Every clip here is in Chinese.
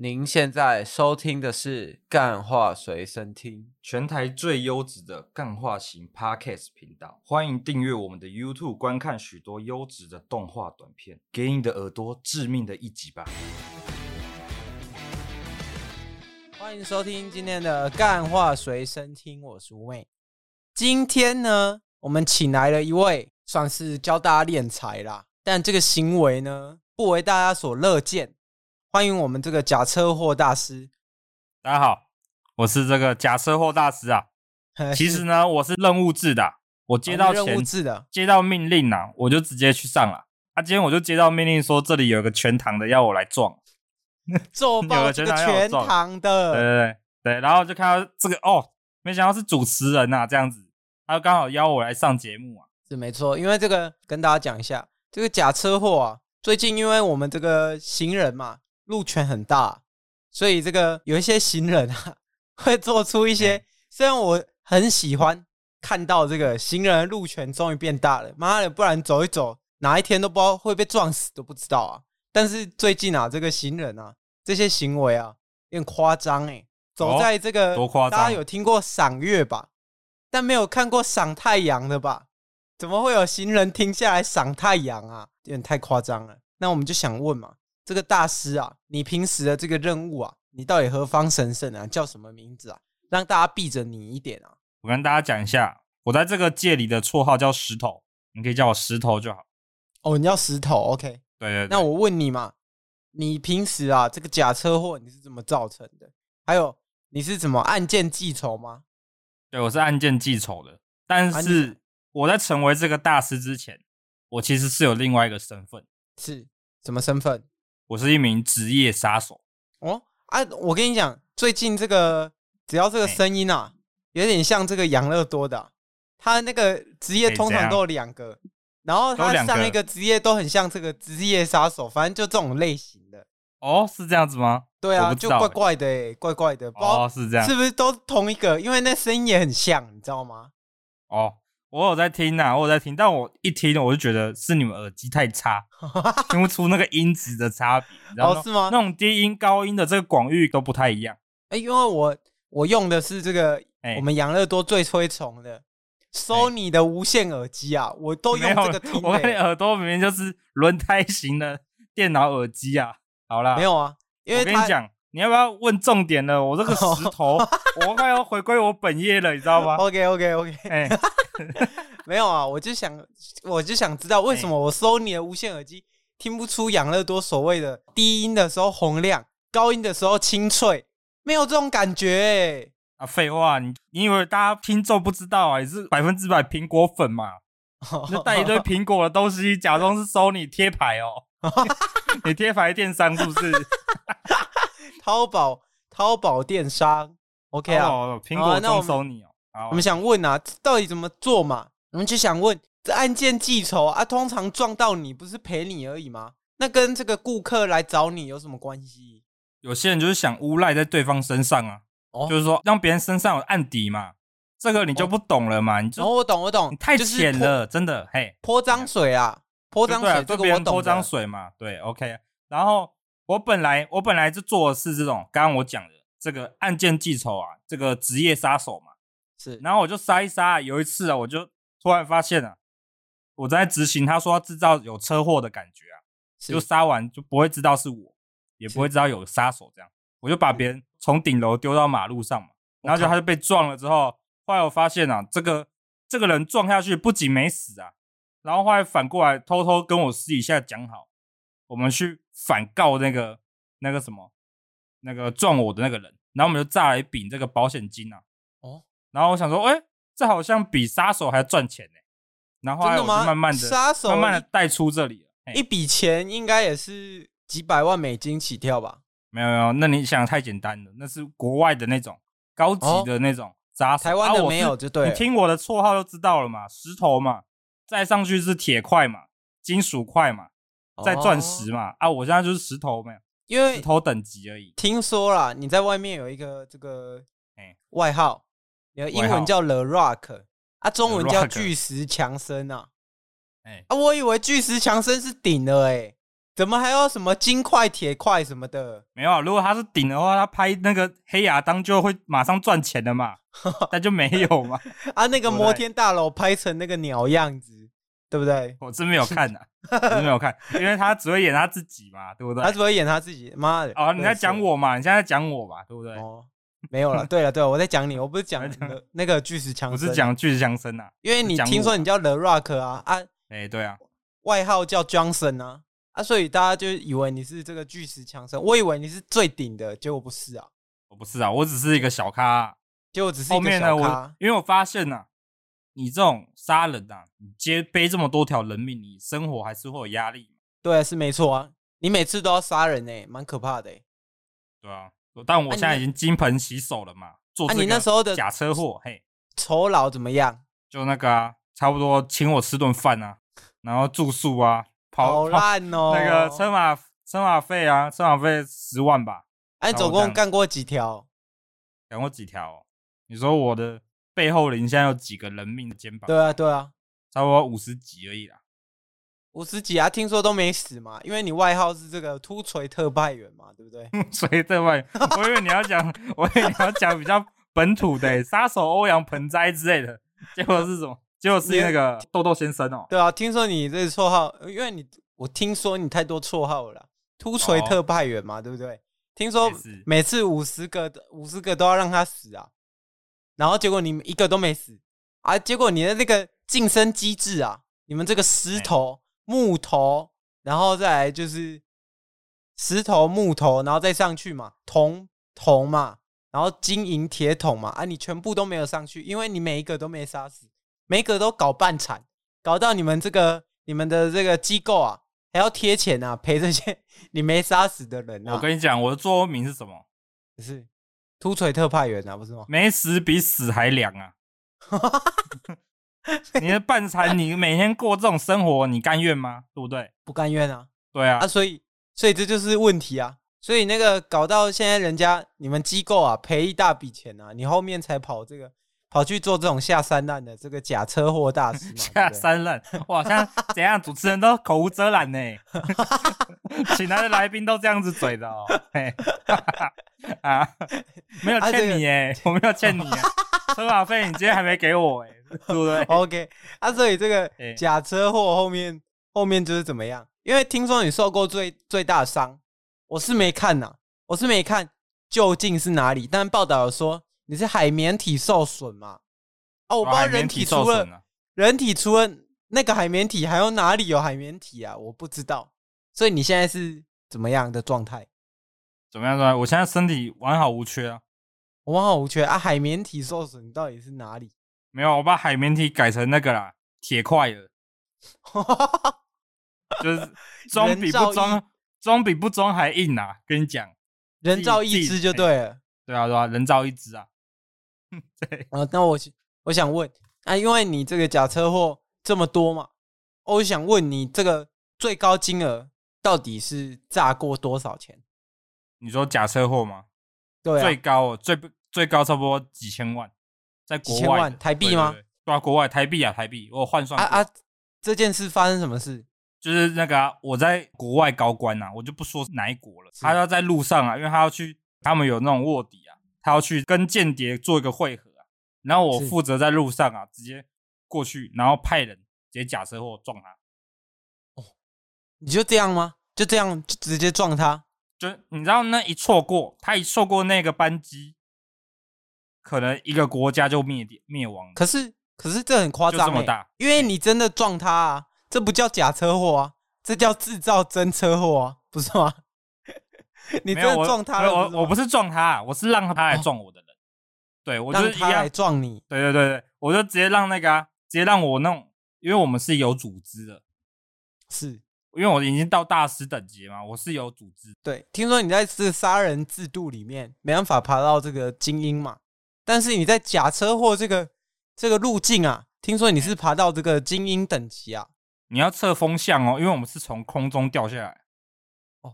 您现在收听的是《干话随身听》。全台最优质的干化型 Podcast 频道，欢迎订阅我们的 YouTube，观看许多优质的动画短片，给你的耳朵致命的一击吧！欢迎收听今天的《干话随身听》，我是吴妹。今天呢，我们请来了一位算是教大家练财啦，但这个行为呢，不为大家所乐见。欢迎我们这个假车祸大师。 大家好，我是这个假车祸大师啊。哎其实呢，我是任务制的啊、我接到哦任务前制 的，接到命令啊，我就直接去上了。啊，今天我就接到命令说这里有个全堂的要我来撞，做爆这个全堂对的，对对对，然后就看到这个哦，没想到是主持人呐、啊，这样子，他刚好邀我来上节目啊。是没错。因为这个跟大家讲一下，这个假车祸啊，最近因为我们这个行人嘛，路权很大，所以这个有一些行人啊， 会做出一些。虽然我很喜欢看到这个行人的路权终于变大了，妈的，不然走一走，哪一天都不知道会被撞死都不知道啊。但是最近啊，这个行人啊，这些行为啊，有点夸张哎。走哦在这个、多夸张呃大家有听过赏月吧？但没有看过赏太阳的吧？怎么会有行人停下来赏太阳啊？有点太夸张了。那我们就想问嘛，这个大师啊，你平时的这个任务啊，你到底何方神圣啊？叫什么名字啊？让大家避着你一点啊！我跟大家讲一下，我在这个界里的绰号叫石头，你可以叫我石头就好。哦，你要石头，OK？对对对，那我问你嘛，你平时啊这个假车祸你是怎么造成的？还有你是怎么按件记仇吗？对，我是案件记仇的，但啊你是我在成为这个大师之前，我其实是有另外一个身份，是什么身份？我是一名职业杀手。哦啊，我跟你讲，最近这个只要这个嘿声音啊，有点像这个养乐多的啊、他那个职业嘿通哎怎常样都有两个，然后都他两上个一个职业都很像这个职业杀手，反正就这种类型的。哦，是这样子吗？对我啊，不知就道怪欸怪的、欸，怪怪的，不知道哦，是这样是。不是都同一个？因为那声音也很像，你知道吗？哦，我有在听呐、我有在听，但我一听我就觉得是你们耳机太 差，听不出那个音质的差别。然后、哦，是吗？那种低音、高音的这个广域都不太一样。哎、因为我我用的是这个、哎我们养乐多最推崇的 Sony 的无线耳机啊，我都没用有这个听、我看你欸。耳朵明明就是轮胎型的电脑耳机啊。好啦，没有啊，因为我跟它哦你讲，你要不要问重点了？我这个石头，我快要回归我本业了，你知道吗？ OK OK OK，哎、 没有啊，我就想我就想知道哎为什么我 Sony 的无线耳机听不出养乐多所谓的低音的时候洪亮，高音的时候清脆，没有这种感觉、欸。啊，废话，你你以为大家听众不知道啊？你是百分之百苹果粉嘛？那欸带一堆苹果的东西，假装是 Sony 贴牌哦。你贴牌电商是不 是 淘宝淘宝电商 OK 啊，哦，苹好啊果那我中们 Sony 哦。好我们想问啊，这到底怎么做嘛？我们就想问，这案件记仇啊，通常撞到你不是赔你而已吗？那跟这个顾客来找你有什么关系？有些人就是想诬赖在对方身上啊，哦就是说让别人身上有案底嘛。这个你就不懂了嘛，你然后、就我懂，我懂，你太哦就是浅泼，了，真的嘿。泼脏水啊，泼对脏对啊水，这对个别我人懂泼的。脏水嘛，对，OK。然后我本来我本来就做的是这种，刚刚我讲的这个案件记仇啊，这个职业杀手嘛。是，然后我就杀一杀，有一次啊，我就突然发现啊，我在执行他说要制造有车祸的感觉啊，是就杀完就不会知道是我，也是嗯不会知道有杀手这样，我就把别人从顶楼丢到马路上嘛，然后就他就被撞了之后，后来我发现啊，这个这个人撞下去不仅没死啊，然后后来反过来偷偷跟我私底下讲好，我们去反告那个那个什么那个撞我的那个人，然后我们就炸了一笔这个保险金啊，哦，然后我想说，哎、这好像比杀手还赚钱呢、然后后真来的我吗？就慢慢的杀手慢慢的带出这里了。嘿一一笔钱应该也是几百万美金起跳吧？没有没有，那你想的太简单了，那是国外的那种高级的那种扎手、哦台湾的啊我没是有就对了你听我的绰号就知道了嘛，石头嘛，再上去是铁块嘛，金属块嘛，再钻石哦，嘛，啊，我现在就是石头嘛，因石为头等级而已。听说啦，你在外面有一个这个哎外号，你的英外文号叫 The Rock，啊，中文 The 叫 Rock 巨石强森啊。哎啊，我以为巨石强森是顶了哎、怎么还有什么金块、铁块什么的？没有啊，如果他是顶的话，他拍那个黑亚当就会马上赚钱 的嘛，但就没有嘛。啊，那个我摩来天大楼拍成那个鸟样子，对不对？我真没有看呐、 我真没有看，因为他只会演他自己嘛，对不对他？只会演他自己。妈的！哦，你在真的是讲我嘛？你现在在讲我嘛？对不对？哦？没有了。对了，对了，我在讲你，我不是讲那那个巨石强我森，是，讲巨石强森啊。因为你讲听我说你叫 The Rock 啊啊，哎、对啊，外号叫 Johnson 啊啊，所以大家就以为你是这个巨石强森，我以为你是最顶的，结果不是啊，我不是啊，我只是一个小咖、结果只是一后个面呢，小我咖。因为我发现呐、你这种杀人呐、你接背这么多条人命，你生活还是会有压力嘛，对，是没错啊，你每次都要杀人哎、蛮可怕的、欸。对啊。但我现在已经金盆洗手了嘛，做啊，这你那个时候的假车祸，嘿，酬劳怎么样？就那个啊，差不多请我吃顿饭啊，然后住宿啊，跑好跑烂哦、那个车马车马费啊，车马费十万吧，哎、你总然后这共样干过几条？讲过几条、哦？你说我的背后零现在有几个人命的肩膀？对啊，对啊，差不多五十几而已啦。五十几啊，听说都没死嘛，因为你外号是这个突锤特派员嘛，对不对？ 所以这外，我以为你要讲，我以为你要讲比较本土的、欸、杀手欧阳盆栽之类的，结果是什么？结果是那个豆豆先生哦、对啊，听说你这个绰号，呃因为你我听说你太多绰号了啦，突锤哦特派员嘛，对不对？听说也是每次五十个五十个都要让他死啊，然后结果你一个都没死啊，结果你的那个晋升机制啊，你们这个石哎头、木头，然后再来就是石头、木头，然后再上去嘛，铜铜嘛，然后金银铁桶嘛，啊，你全部都没有上去，因为你每一个都没杀死，每一个都搞半残，搞到你们这个你们的这个机构啊，还要贴钱啊， 赔这些你没杀死的人啊。我跟你讲，我的座右铭是什么？可是突锤特派员啊，不是吗？没死比死还凉啊！你的半残，你每天过这种生活，你甘愿吗？对不对？不甘愿啊对啊啊，，所以所以这就是问题啊。所以那个搞到现在，人家你们机构啊赔一大笔钱啊，你后面才跑这个跑去做这种下三滥的这个假车祸大师嘛，对下不对三滥，哇，像怎样？主持人都口无遮拦呢、 请来的来宾都这样子嘴的哦。嘿啊，没有啊这个欠你哎、我没有欠你、欸，车马费你今天还没给我哎、对不对？ OK，啊，所以这个 哎假车祸后面后面就是怎么样？因为听说你受过最最大的伤，我是没看呐、我是没看究竟是哪里，但报道有说你是海绵体受损嘛？哦， 我不知道海绵人体体除受损了了，人体除了那个海绵体，还有哪里有海绵体啊？我不知道。所以你现在是怎么样的状态？怎么样？怎么样？我现在身体完好无缺啊，我完好无缺啊！海绵体受损到底是哪里？ 没有，我把海绵体改成那个啦，铁块了， 就是装比不人造装，装比不装还硬啊！跟你讲，人造自一己只就哎对了。对啊，对啊，人造一只啊， 对，啊，那我想我想问啊，因为你这个假车祸这么多嘛，我想问你这个最高金额到底是炸过多少钱？你说假车祸吗？对最啊，高哦，最最高差不多几千万，在国几外千万的台币对对吗对对啊，国外台币啊，台币，我有换算啊过啊，这件事发生什么事？就是那个啊、我在国外高官呐、啊，我就不说哪一国了，是他要在路上啊，因为他要去，他们有那种卧底啊，他要去跟间谍做一个会合啊，然后我是负责在路上啊，直接过去，然后派人直接假车祸撞他，你就这样吗？就这样就直接撞他？就你知道那一错过，他一错过那个班机，可能一个国家就灭掉灭亡了，可是可是这很夸就张、这欸，么大，因为你真的撞他啊，这不叫假车祸啊，这叫制造真车祸啊，不是吗？ 你没真有的我撞他没了有我我不不是是撞他，我是让他来撞我的人。对，我吗就是让一他样来。撞你，对对对对，我就直接让那个、啊，直接让我弄，因为我们是有组织的，是因为我已经到大师等级嘛，我是有组织。对，听说你在这杀人制度里面没办法爬到这个精英嘛，但是你在假车祸这个这个路径啊，听说你是爬到这个精英等级啊，你要测风向哦，因为我们是从空中掉下来，要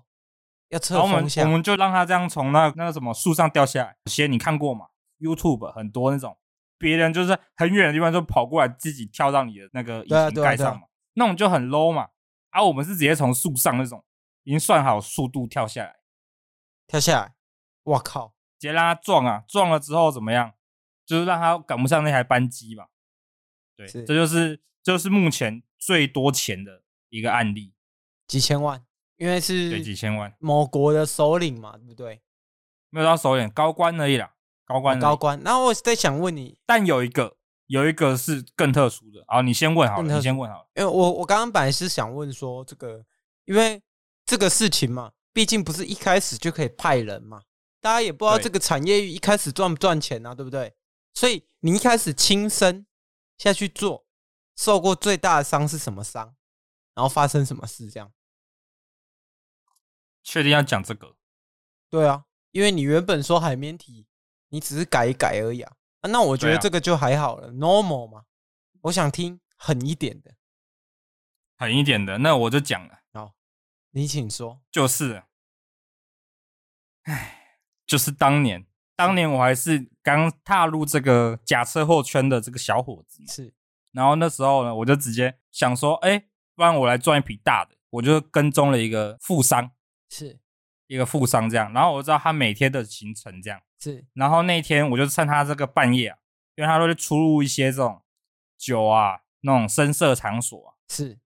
然测后我们风我向，们就让他这样从那那个什么树上掉下来。有些你看过嘛？YouTube 很多那种别人就是很远的地方就跑过来，自己跳到你的那个引对啊擎对啊盖上对啊嘛，那种就很 low 嘛。啊，我们是直接从树上那种已经算好速度跳下来，跳下来，哇靠！直接让他撞啊，撞了之后怎么样？就是让他赶不上那台班机嘛。对，是这就是这就是目前最多钱的一个案例，几千万，因为对，几是千万，某国的首领嘛，对不对？没有到首演高官而已啦，高官而已高官。然后我在想问你，但有一个有一个是更特殊的，好，你先问好更了，特殊你先问好了，因为我我刚刚本来是想问说这个，因为这个事情嘛，毕竟不是一开始就可以派人嘛，大家也不知道对这个产业一开始赚不赚钱啊，对不对？所以你一开始亲身下去做，受过最大的伤是什么伤？然后发生什么事？这样确定要讲这个？对啊，因为你原本说海绵体，你只是改一改而已啊。啊那我觉对得啊这个就还好了、n o r m a l 嘛。我想听狠一点的，狠一点的，那我就讲了，你请说。就是，唉，就是当年，当年我还是刚踏入这个假车祸圈的这个小伙子嘛，是然后那时候呢，我就直接想说，哎、不然我来赚一笔大的，我就跟踪了一个富商，是一个富商这样，然后我知道他每天的行程这样。是，然后那天我就趁他这个半夜啊，因为他都会出入一些这种酒啊，那种深色场所啊，是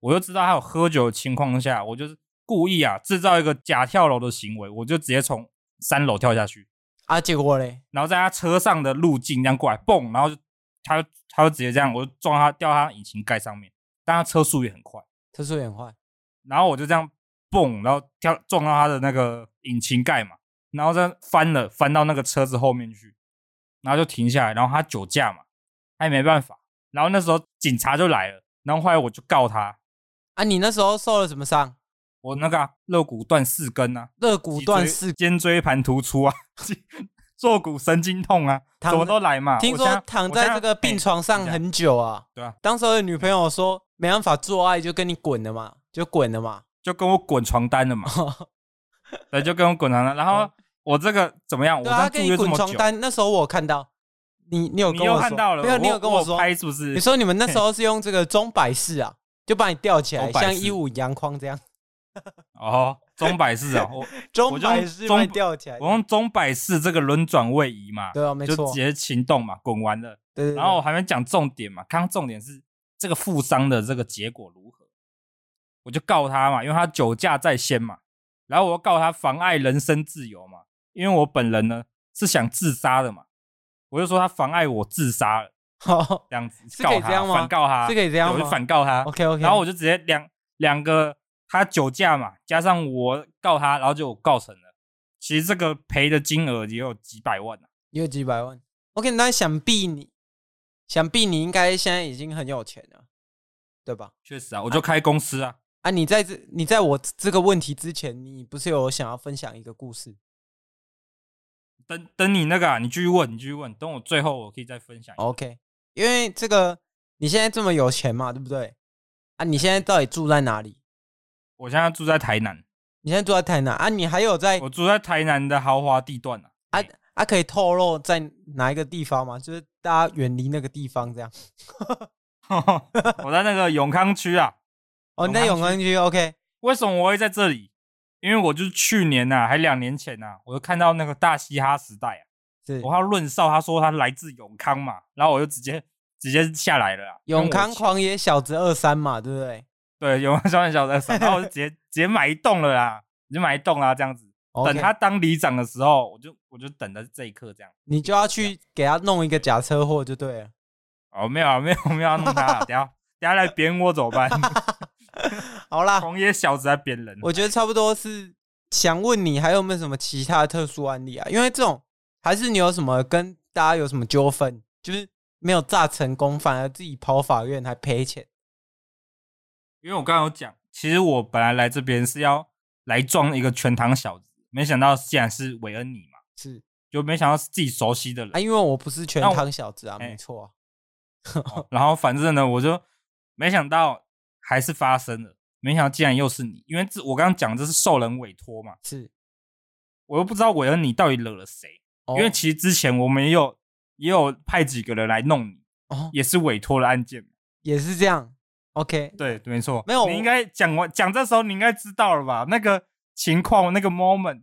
我就知道他有喝酒的情况下，我就是故意啊制造一个假跳楼的行为，我就直接从三楼跳下去，啊，结果嘞，然后在他车上的路径这样过来，蹦，然后就他就他就直接这样，我就撞他掉他引擎盖上面，但他车速也很快，特殊演坏，然后我就这样蹦，然后跳撞到他的那个引擎盖嘛，然后再翻了翻到那个车子后面去，然后就停下来，然后他酒驾嘛，他也没办法，然后那时候警察就来了，然后后来我就告他，啊，你那时候受了什么伤？我那个啊肋骨断四根啊，肋骨脊椎断四，肩椎盘突出啊，坐骨神经痛啊，躺什么都来嘛。听我现说在躺我现在这个病床上哎我现在很久啊。对啊，当时候的女朋友说没办法做爱，就跟你滚了嘛，就滚了嘛。就跟我滚床单了嘛， 对，就跟我滚床单。然后我这个怎么样？我哦对这啊，他样住跟你院这滚么床久，单，那时候我有看到你，你有你跟又我看到说了，没有？你有我跟我说，拍是不是？你说你们那 时候是用这个钟摆式啊，就把你吊起来，钟摆像式一五阳光这样，哦，钟摆式 啊，我钟摆式把你吊起来我。用钟摆式这个轮转位移嘛，对啊，没就错直，接行动嘛，滚完了。对对。对 然后我还没讲重点嘛，刚刚重点是这个负伤的这个结果如何，我就告他嘛，因为他酒驾在先嘛，然后我又告他妨碍人身自由嘛，因为我本人呢是想自杀的嘛，我就说他妨碍我自杀了，好这样子是可以告这他，样吗反告他，是可以这样对我就吗反告他。 ，OK OK。然后我就直接两两个他酒驾嘛，加上我告他，然后就我告成了。其实这个赔的金额也有几百万啊，也有几百万。OK，那想必你，想必你应该现在已经很有钱了，对吧？确实啊，我就开公司啊，啊，你在这，你在我这个问题之前，你不是有想要分享一个故事等等你那个啊，你继续问，你继续问，等我最后我可以再分享。 ？OK，因为这个你现在这么有钱嘛，对不对？啊，你现在到底住在哪里？我现在住在台南，你现在住在台南啊？你还有在我住在台南的豪华地段啊。啊啊？可以透露在哪一个地方吗？就是大家远离那个地方这样。啊 我在那个永康区啊。哦，你在永永康康区 OK？为什么我会在这里？因为我就是去年呐、啊，还两年前呐、啊，我就看到那个大嘻哈时代啊，是我看到论少他说他来自永康嘛，然后我就直接直接下来了啊。永跟康我狂野小子二三嘛，对不对对永康小很小的山，然后我就直接直接买一栋了啦，直接买一栋啊啦，这样子。 ？OK？等他当里长的时候，我就我就等着这一刻这样。你就要去给他弄一个假车祸就对了。哦，没有啊，没有没有要弄他 啊，等下等下来扁我怎么办？好啦，狂野小子在扁人，我觉得差不多是想问你还有没有什么其他的特殊案例啊？因为这种还是你有什么跟大家有什么纠纷，就是没有炸成功，反而自己跑法院还赔钱。因为我刚刚有讲，其实我本来来这边是要来撞一个全堂小子，没想到竟然是韦恩你嘛，是就没想到是自己熟悉的人啊，。因为我不是全那我堂小子啊，哎没错啊、哦然后反正呢，我就没想到还是发生了，没想到竟然又是你，因为这我刚刚讲这是受人委托嘛，是。我又不知道韦恩你到底惹了谁，哦因为其实之前我们也有也有派几个人来弄你，哦也是委托的案件嘛，也是这样， OK，对，没错，没有你应该讲完讲这时候你应该知道了吧？那个情况，那个 moment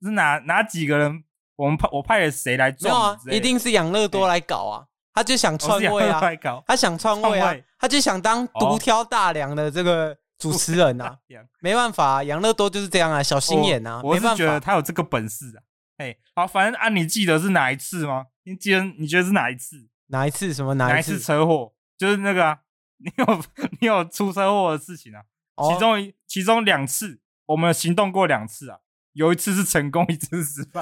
是哪哪几个人？我们派我派了谁来没有撞啊你之，类的？一定是养乐多来搞啊，他就想我篡是想 位啊，来搞他想篡位啊篡位，哦他就想当独挑大梁的这个主持人 啊，一样没办法啊，养乐多就是这样啊，小心眼啊，哦我我没是办觉得法。他有这个本事啊。哎，好，反正啊，你记得是哪一次吗？你记得你觉得是哪一次？哪一次什么哪哪一一次次？车祸？就是那个啊， 你有你有出车祸的事情啊。哦其中一其中两次，我们行动过两次啊，有一次是成功，一次是失 败。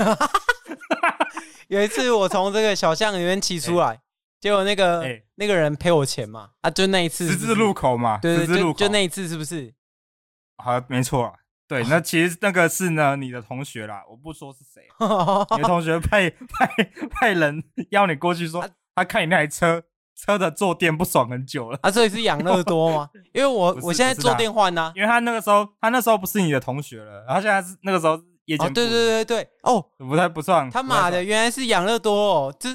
有一次我从这个小巷里面骑出 来，结果那个哎那个人赔我钱嘛，啊，就那一次，十字路，口嘛，对对，十字路就口，就那哦一次是不是？ 好，没错啊。对，那其实那个是呢，你的同学啦，我不说是 谁，啊你的同学派派派人要你过去说啊，他看你那台车车的坐垫不爽很久了，啊，所以是养乐多 吗？因为我不是我现在不是他坐电换啊呐，因为他那个时候他那时候不是你的同学了，然后现在是那个时候夜哦，间部嗯对对对对，哦，不太不算，他不太妈的，算，原来是养乐多哦！这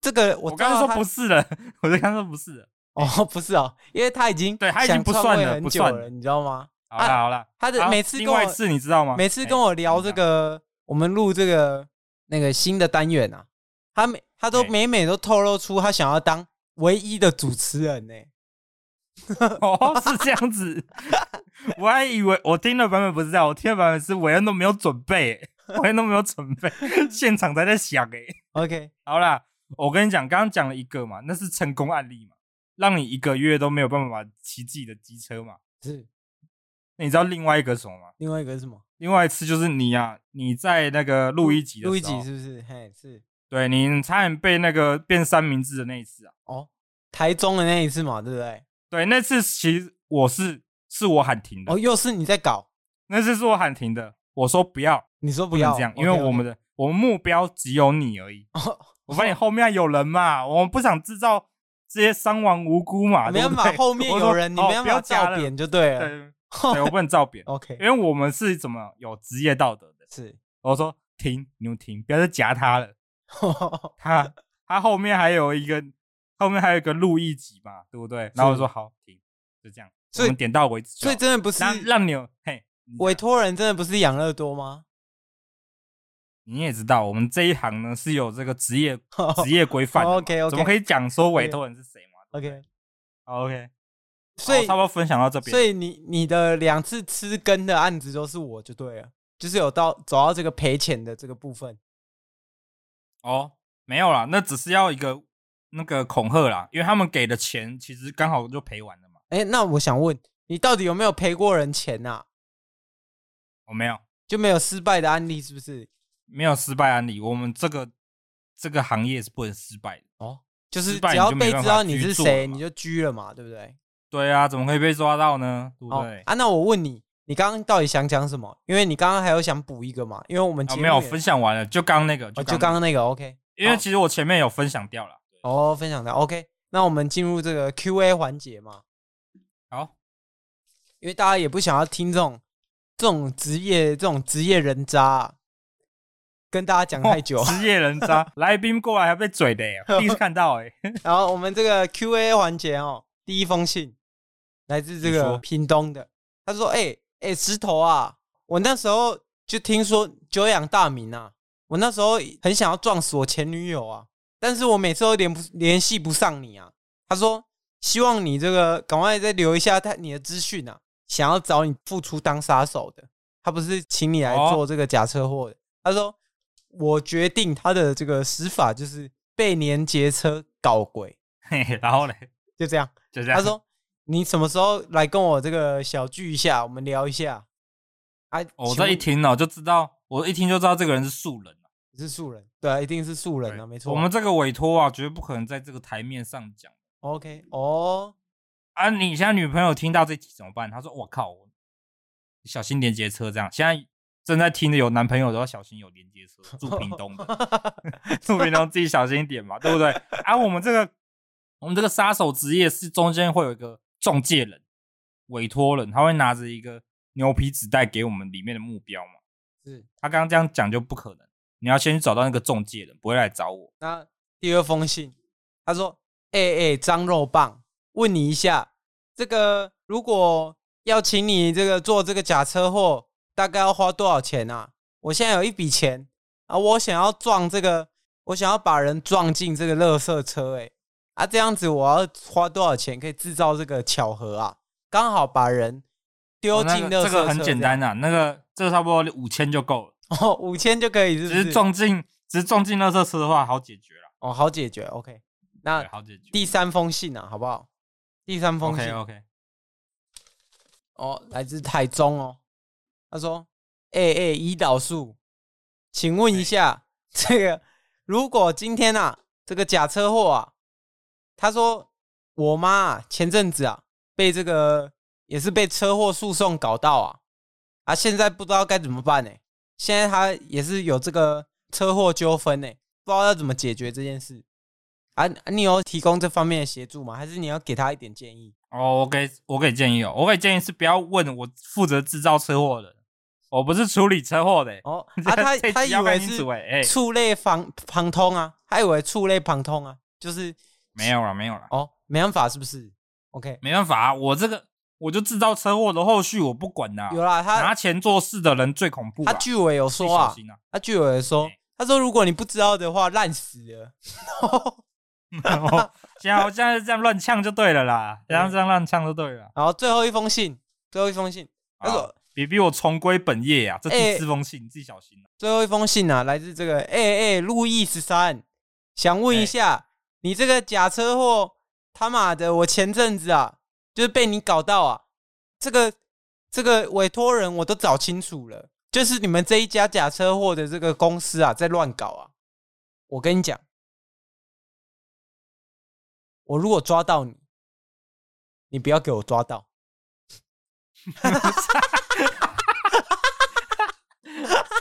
这个我我刚刚说不是是了，我就刚刚说不是了， 哦，不是哦，因为他已经对他已经想不篡算位了很不久算了，了你知道吗？好啦啊好啦，他的好每次跟另外一我次你知道吗？每次哎跟我聊这个，我们录这个那个新的单元啊，他每他都哎每每都透露出他想要当唯一的主持人呢。 哦，是这样子。 我还以为我听的版本不是这样，我听的版本是韦恩都没有准备、欸，韦恩都没有准备， 现场才在想哎、 OK，好啦，我跟你讲，刚刚讲了一个嘛，那是成功案例嘛，让你一个月都没有办法骑自己的机车嘛。是那你知道另外一个是什么吗？另外一个是什么？另外一次就是你啊，你在那个录一集的时候，录一集是不是？嘿，是对你差点被那个变三明治的那一次啊。哦，台中的那一次嘛，对不对？对，那次其实我是是我喊停的，哦，又是你在搞，那次是我喊停的，我说不要，你说不不能要这样，因 OK，为 OK 哦我们的我们目标只有你而已。 我发现后面有人嘛，我们不想制造这些伤亡无辜嘛，没办对法，不对后面有人，你我没说哦办不要法加照了。扁就对了。，对，对，我不能照扁 OK， 因为我们是怎么有职业道德的。是， 我说停，你们停，不要再夹他了。他他后面还有一个，后面还有一个录一集嘛，对不对？然后我说好停，就这样，所以我们点到为止就所好。以真的不是让让你有嘿，你委讲托人，真的不是养乐多吗？你也知道，我们这一行呢是有这个职业职业规范的 嘛。哦，OK，OK 怎么可以讲说委托人是谁嘛 OK，好？OK，所以好差不多分享到这边。所以你你的两次吃根的案子都是我就对了，就是有到走到这个赔钱的这个部分。哦，没有啦，那只是要一个那个恐吓啦，因为他们给的钱其实刚好就赔完了嘛。哎，那我想问你，到底有没有赔过人钱呐、啊？我、哦没有，就没有失败的案例是不是？没有失败案例，我们这个这个行业是不能失败的。哦，就是失只败你就要没被办知法道你居是住谁，了嘛你就拘了嘛，对不对？对啊，怎么可以被抓到呢？对不哦对？啊，那我问你，你刚刚到底想讲什么？因为你刚刚还有想补一个嘛？因为我们节啊，目没有也分享完了，就刚那个，哦就就刚刚哦那个刚那个 OK 因为其实我前面有分享掉了。哦，分享的 OK。那我们进入这个 Q&A 环节嘛，好，因为大家也不想要听这种这种职业这种职业人渣啊、跟大家讲哦太久。 职业人 渣，来宾过来还被嘴的耶，第一次看到哎。然后我们这个 Q&A 环节哦，第一封信来自这你个说屏东的，他说：“哎、哎、石头啊，我那时候就听说久仰大名啊，我那时候很想要撞死我前女友啊，但是我每次都联不联系不上你啊。”他说：“希望你这个赶快再留一下他你的资讯啊，想要找你付出当杀手的，他不是请你来哦做这个假车祸的。他说：“我决定他的这个死法就是被连接车搞鬼，嘿嘿，然后呢，就 这样。”就这样。他说：“你什么时候来跟我这个小聚一下，我们聊一下？”啊，哦我请这问一听哦，就知道，我一听就知道这个人是素人啊你是素人，对啊，一定是素人啊，没错。我们这个委托啊，绝对不可能在这个台面上讲 OK 哦， 啊。你现在女朋友听到这集怎么办？她说：“我靠，我小心连接车这样。”现在正在听的有男朋友都要小心有连接车，住屏东的，住屏东自己小心一点嘛，对不对？啊，我们这个我们这个杀手职业是中间会有一个中介人、委托人，他会拿着一个牛皮纸袋给我们里面的目标嘛。是他刚刚这样讲就不可能，你要先去找到那个中介人，不会来找我。那第二封信，他说：“哎、哎、张肉棒，问你一下，这个如果要请你这个做这个假车祸，大概要花多少钱啊？我现在有一笔钱啊，我想要撞这个，我想要把人撞进这个垃圾车、欸，啊，这样子我要花多少钱可以制造这个巧合啊？刚好把人丢哦进垃那圾车、个这个很简单啊，那个这个差不多五千就够了，这样 哦，五千就可以是不只是，是撞进只是撞进垃圾车的话好解决了，哦，好解决，OK。那对，好解决。第三封信啊，好不好？第三封信 OK OK，哦，来自台中哦。他说：“哎、欸、哎、胰岛素，请问一下，哎这个如果今天啊，这个假车祸啊，他说我妈、啊、前阵子啊被这个也是被车祸诉讼搞到啊，啊现在不知道该怎么办呢、现在她也是有这个车祸纠纷呢，不知道要怎么解决这件事。啊，啊你有提供这方面的协助吗？还是你要给她一点建议？哦，我给我给建议哦，我给建议是不要问我负责制造车祸的人，我不是处理车祸的欸。哦， 这啊，他这他集以要为看清是楚欸哎触类旁旁通啊，他以为触类旁通啊，就是没有了，没有了，哦，没办法，是不是？OK，没办法啊、我这个我就制造车祸的后续我不管啦、有啦，他拿钱做事的人最恐怖他啊！句尾有说自啊己小，心啊 他句尾有说哎，他说如果你不知道的话，烂死了。然后现在我现在这样乱呛就对了啦，这样这样乱呛就对了。然后最后一封信，最后一封信，他说好别逼我重归本业啊！这哎第四封信、你自己小心啊！最后一封信啊，来自这个哎哎路易十三，想问一哎下，你这个假车祸，他妈的，我前阵子啊，就是被你搞到啊，这个这个委托人我都找清楚了，就是你们这一家假车祸的这个公司啊，在乱搞啊，我跟你讲，我如果抓到你，你不要给我抓到，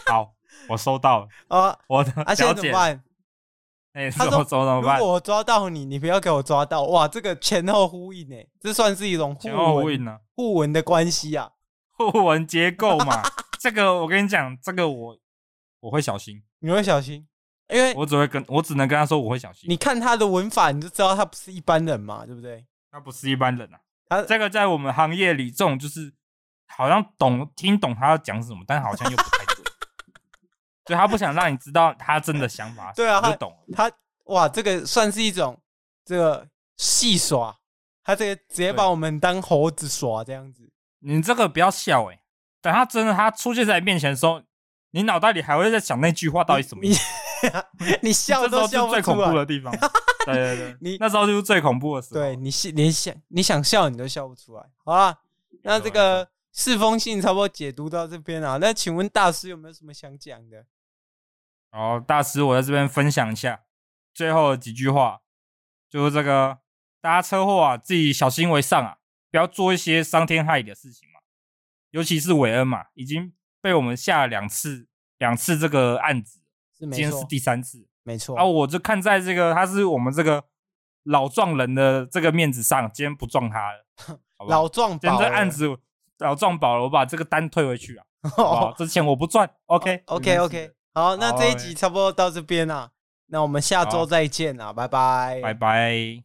好，我收到了，啊我的啊，现在哦怎了么解。办？哎，他怎说么怎么如办果？我抓到你，你不要给我抓到，哇，这个前后呼应诶，这算是一种互前后文呼应呢？互文的关系啊。互文结构嘛，这个我跟你讲，这个我我会小心，你会小心，因为我只会跟我只能跟他说我会小心。你看他的文法，你就知道他不是一般人嘛，对不对？他不是一般人啊，他这个在我们行业里，这种就是好像懂听懂他要讲什么，但好像又不太 对，所以他不想让你知道他真的想法。对啊我就懂了。他哇，这个算是一种这个戏耍，他这个直接把对我们当猴子耍这样子。你这个不要笑哎、等他真的他出现在你面前的时候，你脑袋里还会在想那句话到底什么意你思。你 笑这时候都笑是不最恐出怖来，的地方。 对对对，你那时候就是最恐怖的时候。对你笑，你想你想笑你都笑不出来。好啦，啊那这个四封信差不多解读到这边啊，那请问大师有没有什么想讲的？哦，大师，我在这边分享一下最后的几句话，就是这个大家车祸啊，自己小心为上啊，不要做一些伤天害理的事情嘛。尤其是韦恩嘛，已经被我们下了两次两次这个案子，是今没天错是，第三次没错啊。我就看在这个他是我们这个老撞人的这个面子上，今天不撞他了，好不好老撞今天宝这了 案子老撞保了，我把这个单退回去啊，好 不好？这钱我不赚，OK OK 没问 OK，题好，那这一啊好哎集差不多到这边啦、那我们下周啊好再见啦，拜拜，拜拜。